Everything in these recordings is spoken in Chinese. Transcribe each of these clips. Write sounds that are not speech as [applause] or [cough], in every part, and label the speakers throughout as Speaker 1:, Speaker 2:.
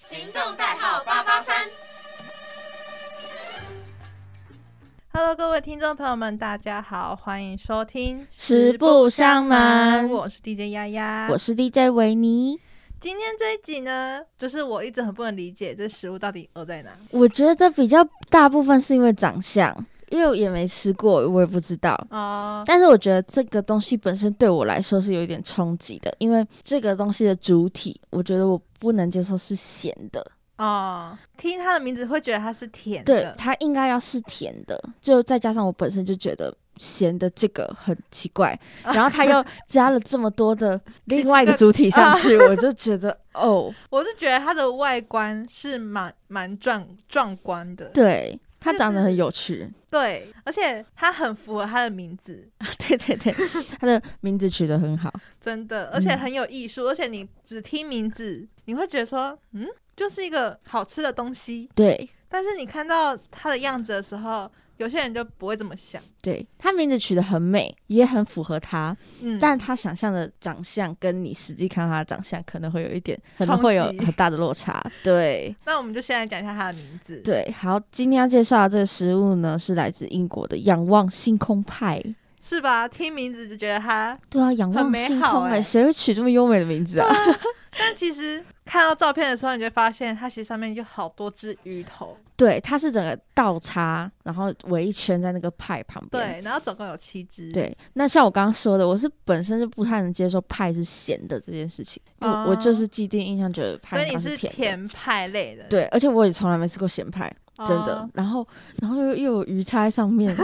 Speaker 1: 行动代号八八三。
Speaker 2: Hello，各位听众朋友们，大家好，欢迎收听《
Speaker 3: 实不相瞒
Speaker 2: 我是 DJ 丫丫，
Speaker 3: 我是 DJ 维尼。
Speaker 2: 今天这一集呢，就是我一直很不能理解这食物到底饿在哪。
Speaker 3: 我觉得比较大部分是因为长相，因为我也没吃过，我也不知道。
Speaker 2: 哦、
Speaker 3: 但是我觉得这个东西本身对我来说是有一点冲击的，因为这个东西的主体，我觉得我不能接受是咸的。
Speaker 2: 哦，听它的名字会觉得它是甜
Speaker 3: 对
Speaker 2: 的，，
Speaker 3: 它应该要是甜的，就再加上我本身就觉得咸的这个很奇 [laughs] 怪，然后它又加了这么多的另外一个主体上 [laughs] 去，我就觉得哦，
Speaker 2: 我是觉得它的外观是蛮蛮壮壮观的，
Speaker 3: 对，它
Speaker 2: 就是
Speaker 3: 长得很有趣。
Speaker 2: 对，而且它很符合它的名字，
Speaker 3: [laughs] 对对对，他的名字取得很好。
Speaker 2: 真的，而且
Speaker 3: 嗯
Speaker 2: 很有艺术，而且你只听名字，你会觉得说，嗯，就是一个好吃的东西。
Speaker 3: 对
Speaker 2: 但是你看到它的样子的时候，有些人就不会这么想。
Speaker 3: 对，他名字取得很美，也很符合他，
Speaker 2: 嗯，
Speaker 3: 但他想象的长相跟你实际看到他的长相可能会有一点，可能会有
Speaker 2: 冲击
Speaker 3: 很大的落差。对
Speaker 2: 那我们就先来讲一下它的名字。，
Speaker 3: 对，好，今天要介绍的这个食物呢，是来自英国的仰望星空派。
Speaker 2: 是吧？听名字就觉得它，
Speaker 3: 对啊，仰望
Speaker 2: 美
Speaker 3: 星
Speaker 2: 好
Speaker 3: 空哎、
Speaker 2: 欸
Speaker 3: 谁会取这么优美的名字啊？ [laughs]
Speaker 2: 但其实看到照片的时候，你就会发现它其实上面有好多只鱼头。
Speaker 3: 对，它是整个倒插，然后围一圈在那个派旁边。
Speaker 2: 对，然后总共有七只。，
Speaker 3: 对，那像我刚刚说的，我是本身就不太能接受派是咸的这件事情，因为我我就
Speaker 2: 哦
Speaker 3: 是既定印象觉得
Speaker 2: 所
Speaker 3: 派
Speaker 2: 以
Speaker 3: 应
Speaker 2: 你
Speaker 3: 该
Speaker 2: 是
Speaker 3: 甜的。
Speaker 2: 甜派类的。
Speaker 3: 对，而且我也从来没吃过咸派，
Speaker 2: 哦，
Speaker 3: 真的。然后，然后又又有鱼叉在
Speaker 2: [laughs]
Speaker 3: 上面，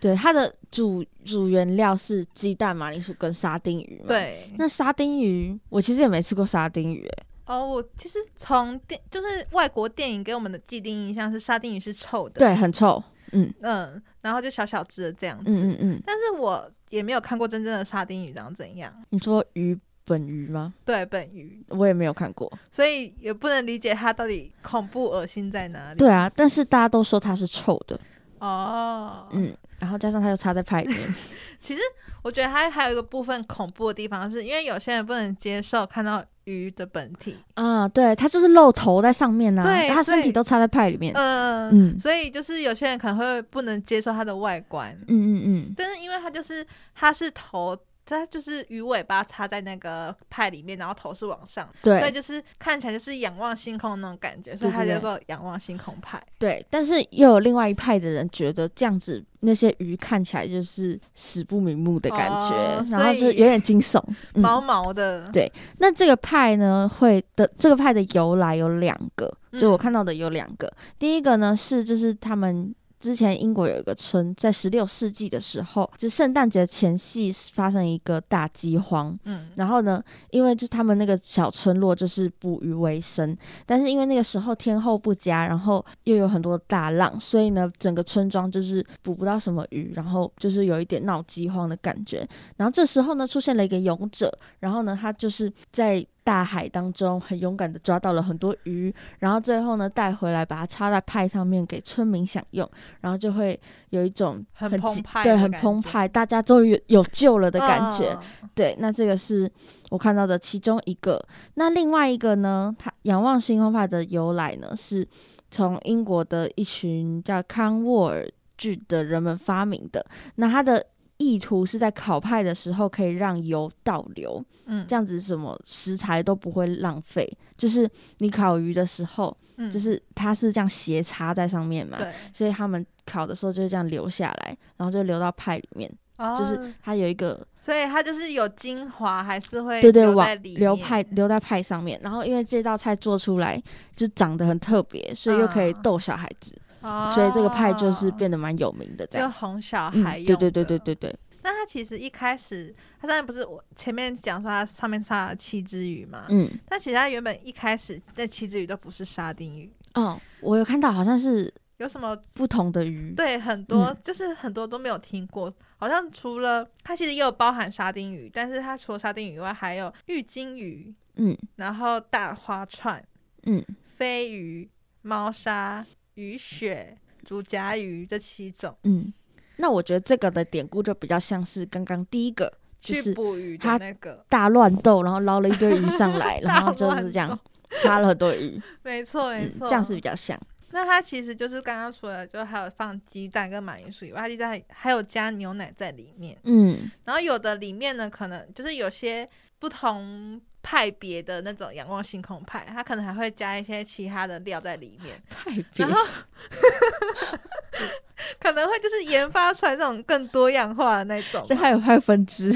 Speaker 3: 对，它的主主原料是鸡蛋、马铃薯跟沙丁鱼嘛。，
Speaker 2: 对，
Speaker 3: 那沙丁鱼我其实也没吃过沙丁鱼、欸，
Speaker 2: 哦，我其实从电就是外国电影给我们的既定印象是沙丁鱼是臭的，，
Speaker 3: 对，很臭。嗯
Speaker 2: 嗯，然后就小小只的这样子，
Speaker 3: 嗯嗯嗯，
Speaker 2: 但是我也没有看过真正的沙丁鱼长怎样，
Speaker 3: 你说鱼本鱼吗？
Speaker 2: 对，本鱼，
Speaker 3: 我也没有看过。
Speaker 2: 所以也不能理解它到底恐怖恶心在哪里。，
Speaker 3: 对啊，但是大家都说它是臭的，
Speaker 2: 哦，
Speaker 3: 嗯，然后加上它又插在派里面，
Speaker 2: 其实我觉得它还有一个部分恐怖的地方是，因为有些人不能接受看到鱼的本体，
Speaker 3: 啊，对，它就是露头在上面呐、啊
Speaker 2: 对
Speaker 3: 它身
Speaker 2: 对
Speaker 3: 体都插在派里面。嗯
Speaker 2: 嗯，
Speaker 3: 嗯
Speaker 2: 所以就是有些人可能会不能接受它的外观，
Speaker 3: 嗯嗯，
Speaker 2: 但是因为它就是它是头，它就是鱼尾巴插在那个派里面，然后头是往上，所以
Speaker 3: 对
Speaker 2: 就是看起来就是仰望星空那种感觉，所以它
Speaker 3: 对对
Speaker 2: 叫
Speaker 3: 对
Speaker 2: 做仰望星空派。
Speaker 3: 对，但是又有另外一派的人觉得这样子那些鱼看起来就是死不瞑目的感觉，
Speaker 2: 哦
Speaker 3: 然后就
Speaker 2: 所以
Speaker 3: 有点
Speaker 2: [laughs]
Speaker 3: 惊悚。嗯
Speaker 2: 毛毛的，
Speaker 3: 对那这个派呢，会的这个派的由来有两个，
Speaker 2: 嗯
Speaker 3: 就我看到的有两个。第一个呢是就是他们之前英国有一个村，在十六世纪的时候，就圣诞节前夕发生一个大饥荒，
Speaker 2: 嗯，
Speaker 3: 然后呢，因为就他们那个小村落就是捕鱼为生，但是因为那个时候天候不佳，然后又有很多大浪，所以呢，整个村庄就是捕不到什么鱼，然后就是有一点闹饥荒的感觉。然后这时候呢，出现了一个勇者，然后呢，他就是在大海当中很勇敢的抓到了很多鱼，然后最后呢带回来，把它插在派上面给村民享用，然后就会有一种
Speaker 2: 很
Speaker 3: 很
Speaker 2: 澎
Speaker 3: 激
Speaker 2: 湃
Speaker 3: 对，
Speaker 2: 的
Speaker 3: 很
Speaker 2: 感
Speaker 3: 澎
Speaker 2: 觉
Speaker 3: 湃，大家终于有有救了的感觉。
Speaker 2: 嗯
Speaker 3: 对，那这个是我看到的其中一个。那另外一个呢，它仰望星空派的由来呢，是从英国的一群叫康沃尔剧的人们发明的。那它的意图是在烤派的时候可以让油倒流，
Speaker 2: 嗯，
Speaker 3: 这样子什么食材都不会浪费。就是你烤鱼的时候，
Speaker 2: 样
Speaker 3: 就是它是这样斜插在上面嘛，
Speaker 2: 嗯对，
Speaker 3: 所以他们烤的时候就是这样流下来，然后就流到派里面，就
Speaker 2: 哦
Speaker 3: 是它有一个
Speaker 2: 所以它就是有精华，还是会
Speaker 3: 对对，
Speaker 2: 留
Speaker 3: 往
Speaker 2: 在里
Speaker 3: 哦留
Speaker 2: 面
Speaker 3: 派留在派上面，然后因为这道菜做出来就长得很特别，所以又可以
Speaker 2: 嗯
Speaker 3: 逗小孩子，
Speaker 2: 哦
Speaker 3: 所以这个派就是变得蛮有名的这
Speaker 2: 就
Speaker 3: 样。
Speaker 2: 哄小
Speaker 3: 嗯
Speaker 2: 孩，用、
Speaker 3: 对对对对。对对，
Speaker 2: 那它其实一开始，它上面不是我前面讲说它上面插了七只鱼嘛？
Speaker 3: 嗯，
Speaker 2: 但其实它原本一开始那七只鱼都不是沙丁鱼，
Speaker 3: 哦，我有看到好像是
Speaker 2: 有什么
Speaker 3: 不同的鱼，
Speaker 2: 对，很多、
Speaker 3: 嗯
Speaker 2: 就是很多都没有听过，好像除了它其实也有包含沙丁鱼，但是它除了沙丁鱼以外，还有玉金鱼，
Speaker 3: 嗯
Speaker 2: 然后大花串、
Speaker 3: 嗯，
Speaker 2: 飞鱼、猫鲨、鱼雪、竹夹鱼这七种
Speaker 3: 嗯，那我觉得这个的典故就比较像是刚刚第一个，就
Speaker 2: 去
Speaker 3: 是
Speaker 2: 捕鱼的
Speaker 3: 它
Speaker 2: 那个。 [laughs]
Speaker 3: 大乱斗，然后捞了一堆鱼上来，然后就是这
Speaker 2: 大乱
Speaker 3: 样。杀了很多鱼，
Speaker 2: 没错没
Speaker 3: 嗯，
Speaker 2: 错，
Speaker 3: 这样是比较像。
Speaker 2: 那它其实就是刚刚除了就还有放鸡蛋跟马铃薯以外，它鸡蛋还还有加牛奶在里面。
Speaker 3: 嗯，
Speaker 2: 然后有的里面呢，可能就是有些不同派别的那种仰望星空派，它可能还会加一些其他的料在里面，
Speaker 3: 太别 [laughs]
Speaker 2: 然后可能会就是研发出来那种更多样化的那种吧。
Speaker 3: 这 [laughs] 还有还有分支，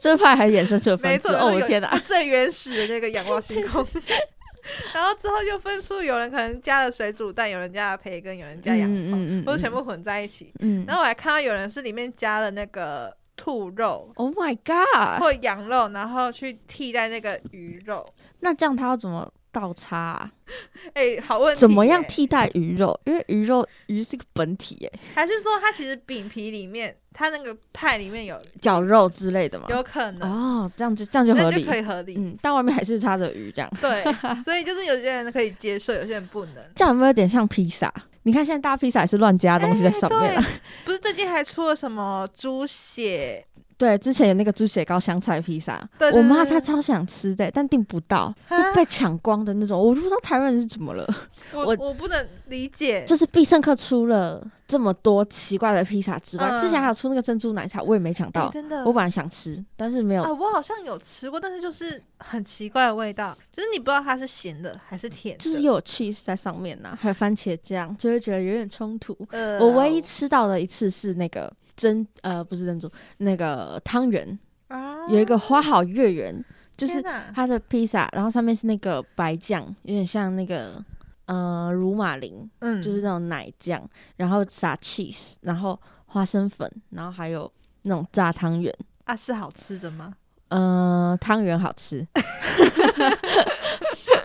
Speaker 3: 这派还衍生出了
Speaker 2: 没
Speaker 3: 分支。
Speaker 2: 错，
Speaker 3: 哦，
Speaker 2: 没
Speaker 3: 我
Speaker 2: 错
Speaker 3: 天
Speaker 2: 有
Speaker 3: 哪！
Speaker 2: 最原始的那个仰望星空。 [laughs] 然后之后就分出有人可能加了水煮蛋，有人加了培根，有人加洋葱，
Speaker 3: 嗯嗯嗯嗯
Speaker 2: 或者全部混在一起。
Speaker 3: 嗯
Speaker 2: 然后我还看到有人是里面加了那个兔肉
Speaker 3: ，Oh my god！
Speaker 2: 或羊肉，然后去替代那个鱼肉。
Speaker 3: 那这样他要怎么倒插啊？
Speaker 2: 哎、好问题、
Speaker 3: 怎么样？替代鱼肉？因为鱼肉鱼是个本体耶，
Speaker 2: 还是说它其实饼皮里面，它那个派里面有
Speaker 3: 绞肉之类的嘛。
Speaker 2: 有可能，
Speaker 3: 哦，这样就这样就合
Speaker 2: 那
Speaker 3: 理
Speaker 2: 就。可以合理。
Speaker 3: 嗯，但外面还是插着鱼这样。 [laughs]
Speaker 2: 对，所以就是有些人可以接受，有些人不能。
Speaker 3: 这样有没有点像披萨？你看现在大家披萨也是乱加东西在上面、啊
Speaker 2: 哎不是最近还出了什么猪血？
Speaker 3: 对，之前有那个猪血糕香菜披萨，
Speaker 2: 对对
Speaker 3: 我妈
Speaker 2: 对
Speaker 3: 她超想吃的，但订不到，
Speaker 2: 啊
Speaker 3: 就被抢光的那种。我不知道台湾人是怎么了，
Speaker 2: 我
Speaker 3: 我
Speaker 2: 我不能理解。
Speaker 3: 就是必胜客出了这么多奇怪的披萨之外，
Speaker 2: 嗯
Speaker 3: 之前还有出那个珍珠奶茶，我也没抢
Speaker 2: 哎
Speaker 3: 到。
Speaker 2: 真的，
Speaker 3: 我本来想吃，但是没有。
Speaker 2: 啊，我好像有吃过，但是就是很奇怪的味道，就是你不知道它是咸的还是甜的。
Speaker 3: 就是又有 cheese 在上面呐、还有番茄酱，就会觉得有点冲突。
Speaker 2: 呃
Speaker 3: 我唯一吃到的一次是那个珍呃不是珍珠，那个汤圆，
Speaker 2: 啊
Speaker 3: 有一个花好月圆，就是
Speaker 2: 天哪
Speaker 3: 它的披萨，然后上面是那个白酱，有点像那个呃乳马林，
Speaker 2: 嗯，
Speaker 3: 就是那种奶酱，然后撒 cheese，然后花生粉，然后还有那种炸汤圆。
Speaker 2: 啊是好吃的吗？
Speaker 3: 嗯，汤圆好吃， [laughs]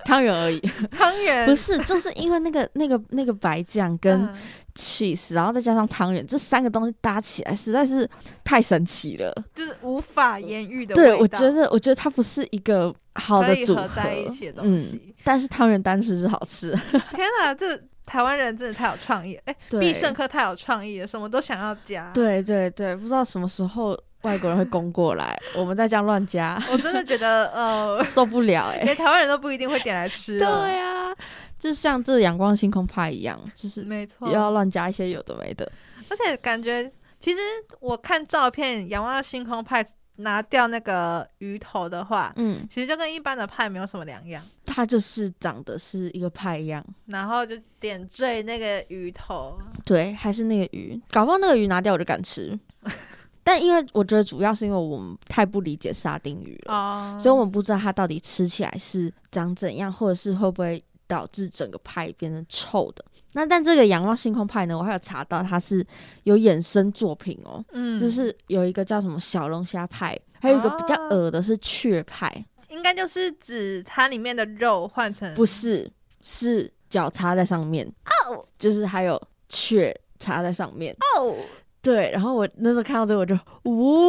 Speaker 3: 汤圆而已，
Speaker 2: 汤圆
Speaker 3: [laughs] 不是，就是因为那个那个那个白酱跟
Speaker 2: 嗯
Speaker 3: cheese，然后再加上汤圆，这三个东西搭起来实在是太神奇了。
Speaker 2: 就是无法言喻的味
Speaker 3: 对，
Speaker 2: 道。
Speaker 3: 我觉得，我觉得它不是一个好
Speaker 2: 可
Speaker 3: 的
Speaker 2: 以
Speaker 3: 组
Speaker 2: 合在一起的东
Speaker 3: 嗯，
Speaker 2: 西。
Speaker 3: 但是汤圆单吃是好
Speaker 2: [laughs]
Speaker 3: 吃，
Speaker 2: 天哪，这台湾人真的太有创意了，哎，
Speaker 3: 对
Speaker 2: 必胜客太有创意了，什么都想要加。，
Speaker 3: 对对对，不知道什么时候外国人会攻过来，我们再这样乱加，
Speaker 2: 我真的觉得呃
Speaker 3: [laughs] 受不了哎、
Speaker 2: 连台湾人都不一定会点来吃。
Speaker 3: 对，啊，就像这阳光星空派一样，就是
Speaker 2: 没错
Speaker 3: 又。要乱加一些有的没的。
Speaker 2: 而且感觉，其实我看照片，仰望到星空派拿掉那个鱼头的话，
Speaker 3: 嗯，
Speaker 2: 其实就跟一般的派没有什么两样。
Speaker 3: 它就是长得是一个派一样。
Speaker 2: 然后就点缀那个鱼头，
Speaker 3: 对，还是那个鱼，搞不好那个鱼拿掉我就敢 [laughs] 吃。但因为我觉得主要是因为我们太不理解沙丁鱼了，
Speaker 2: 哦，
Speaker 3: 所以我们不知道它到底吃起来是长怎样，或者是会不会导致整个派变成臭的。那但这个仰望星空派呢，我还有查到它是有衍生作品哦，
Speaker 2: 嗯，
Speaker 3: 就是有一个叫什么小龙虾派，还有一个比较
Speaker 2: 啊
Speaker 3: 恶的是雀派，
Speaker 2: 应该就是指它里面的肉换成
Speaker 3: 不是是脚插在上面，
Speaker 2: 哦
Speaker 3: 就是还有雀插在上面。
Speaker 2: 哦
Speaker 3: 对，然后我那时候看到这个我就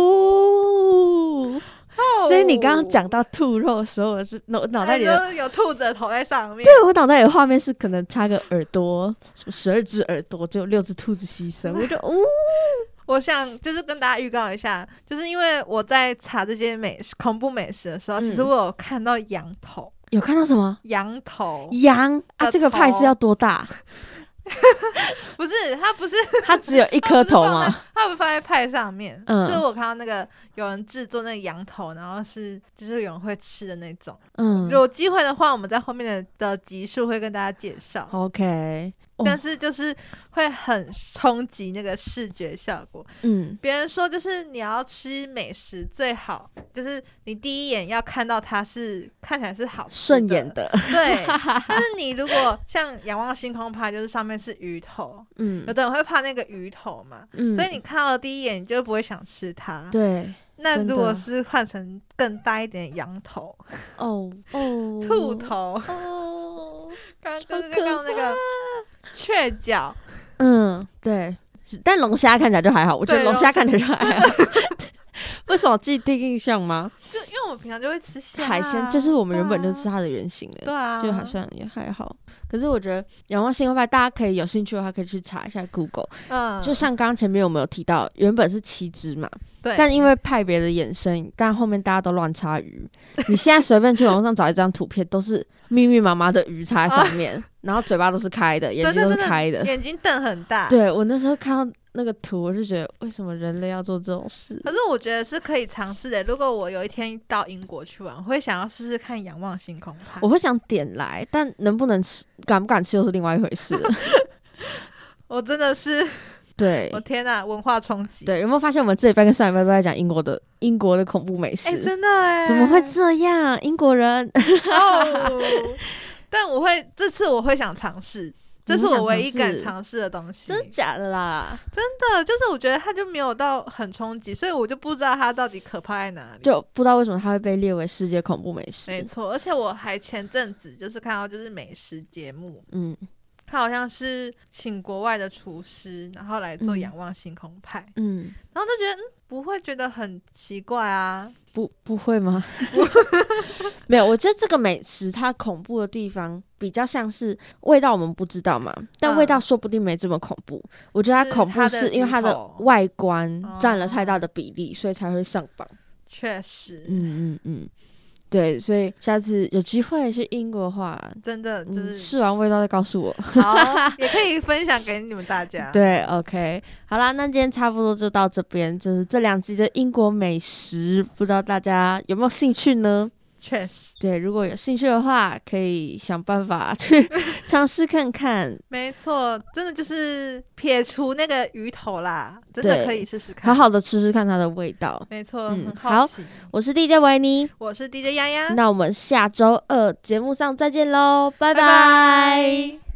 Speaker 3: 呜、所以你刚刚讲到兔肉的时候，我是脑脑袋里的，
Speaker 2: 就是有兔子的头在上面，
Speaker 3: 对我脑袋里的画面是可能插个耳朵，什么十二只耳朵，就六只兔子
Speaker 2: [laughs]
Speaker 3: 牺牲，我就呜、
Speaker 2: 我想就是跟大家预告一下，就是因为我在查这些美食恐怖美食的时候，其实
Speaker 3: 嗯
Speaker 2: 我有看到羊头，
Speaker 3: 有看到什么？
Speaker 2: 羊头
Speaker 3: 羊啊，
Speaker 2: 的
Speaker 3: 这个派是
Speaker 2: 头
Speaker 3: 要多大？
Speaker 2: 不是它不是 [laughs]
Speaker 3: 它只有一颗头吗？？
Speaker 2: 它不是放在它不是放在派上面，
Speaker 3: 嗯
Speaker 2: 所以我看到那个有人制作那个羊头，然后是就是有人会吃的那种。
Speaker 3: 嗯
Speaker 2: 如果有机会的话，我们在后面的的集数会跟大家介绍。
Speaker 3: ，OK，哦
Speaker 2: 但是就是会很冲击那个视觉效果。
Speaker 3: 嗯，
Speaker 2: 别人说就是你要吃美食最好，就是你第一眼要看到它是看起来是好吃
Speaker 3: 顺眼，的，
Speaker 2: 对。但是你如果像仰望星空派，就是上面是鱼头，
Speaker 3: 嗯
Speaker 2: 有的人会怕那个鱼头嘛，
Speaker 3: 嗯
Speaker 2: 所以你看到第一眼你就不会想吃它。
Speaker 3: 对
Speaker 2: 那
Speaker 3: 真的
Speaker 2: 如果是换成更大一点的羊头、
Speaker 3: 哦哦，
Speaker 2: 兔头，
Speaker 3: 哦，
Speaker 2: 刚
Speaker 3: 好
Speaker 2: 刚刚刚那个雀脚，
Speaker 3: 嗯，对。是但龙虾看起来就还好，我觉得
Speaker 2: 对
Speaker 3: 龙虾看起来就还好。 [laughs] 为什么既定印象吗？
Speaker 2: 就因为我们平常就会吃虾啊
Speaker 3: 海鲜就是我们原本就
Speaker 2: 对
Speaker 3: 吃它的原型的，
Speaker 2: 啊对
Speaker 3: 就
Speaker 2: 啊，
Speaker 3: 好像也还好。可是我觉得仰望星空派，大家可以有兴趣的话，可以去查一下 Google。
Speaker 2: 嗯，
Speaker 3: 就像刚刚前面我们有提到，原本是七只嘛，
Speaker 2: 对，
Speaker 3: 但因为
Speaker 2: [laughs]
Speaker 3: 派别的衍生，但后面大家都乱插鱼。你现在随便去网络上找一张图片，都是密密麻麻的鱼插在上
Speaker 2: [laughs]
Speaker 3: 面，然后嘴巴都是开的，眼
Speaker 2: 真
Speaker 3: 睛
Speaker 2: 的
Speaker 3: 都是
Speaker 2: 真
Speaker 3: 开的。
Speaker 2: 眼睛瞪很大。，
Speaker 3: 对我那时候看到那个图，我就觉得为什么人类要做这种
Speaker 2: [laughs]
Speaker 3: 事？
Speaker 2: 可是我觉得是可以尝试的。如果我有一天到英国去玩，我会想要试试看仰望星空派
Speaker 3: 我。会想点来，但能不能吃、敢不敢吃又是另外一回
Speaker 2: [laughs]
Speaker 3: 事了。
Speaker 2: 我真的是，
Speaker 3: 对
Speaker 2: 我天哪，文化冲击！，
Speaker 3: 对，有没有发现我们这礼拜跟上礼拜都在讲英国的英国的恐怖美食？
Speaker 2: 哎、真的哎、
Speaker 3: 怎么会这样？英国
Speaker 2: [laughs]
Speaker 3: 人，
Speaker 2: 哦，但我会这次我会想尝试，这是我唯一敢尝试的东西。
Speaker 3: 真假的啦？
Speaker 2: 真的就是我觉得它就没有到很冲击，所以我就不知道它到底可怕在哪里。
Speaker 3: [laughs] 就不知道为什么它会被列为世界恐怖美食。
Speaker 2: 没错，而且我还前阵子就是看到就是美食节目，
Speaker 3: 嗯，
Speaker 2: 他好像是请国外的厨师，然后来做
Speaker 3: 嗯
Speaker 2: 仰望星空派，
Speaker 3: 嗯，
Speaker 2: 然后就觉得嗯不会觉得很奇怪啊，
Speaker 3: 不不会吗？ [laughs] 没有，我觉得这个美食它恐怖的地方比较像是味道，我们不知道嘛，但
Speaker 2: 嗯
Speaker 3: 味道说不定没这么恐怖。我觉得它
Speaker 2: 是
Speaker 3: 恐怖
Speaker 2: 它的
Speaker 3: 是因为它
Speaker 2: 骨
Speaker 3: 的
Speaker 2: 头哦
Speaker 3: 外观占了太大的比例，所以才会上榜。
Speaker 2: 确实，
Speaker 3: 嗯嗯嗯，对，所以下次有机会去英国的话，
Speaker 2: 真的就
Speaker 3: 嗯，
Speaker 2: 是
Speaker 3: [laughs]
Speaker 2: 啊
Speaker 3: 试完味道再告诉我。
Speaker 2: 好，也可以分享给你们大家。
Speaker 3: 对，OK，好啦，那今天差不多就到这边，就是这两集的英国美食，不知道大家有没有兴趣呢？
Speaker 2: 确实，
Speaker 3: 对，如果有兴趣的话，可以想办法 [laughs] 去尝试看看，
Speaker 2: 没错，真的就是撇除那个鱼头啦，真的
Speaker 3: 对
Speaker 2: 可以试试看。
Speaker 3: 好，好的吃吃看它的味道。
Speaker 2: 没错，
Speaker 3: 嗯
Speaker 2: 很
Speaker 3: 好
Speaker 2: 好奇。
Speaker 3: 我是 DJ 维尼，
Speaker 2: 我是 DJ 丫丫，
Speaker 3: 那我们下周二节目上再见喽，拜
Speaker 2: 拜
Speaker 3: 拜。
Speaker 2: 拜。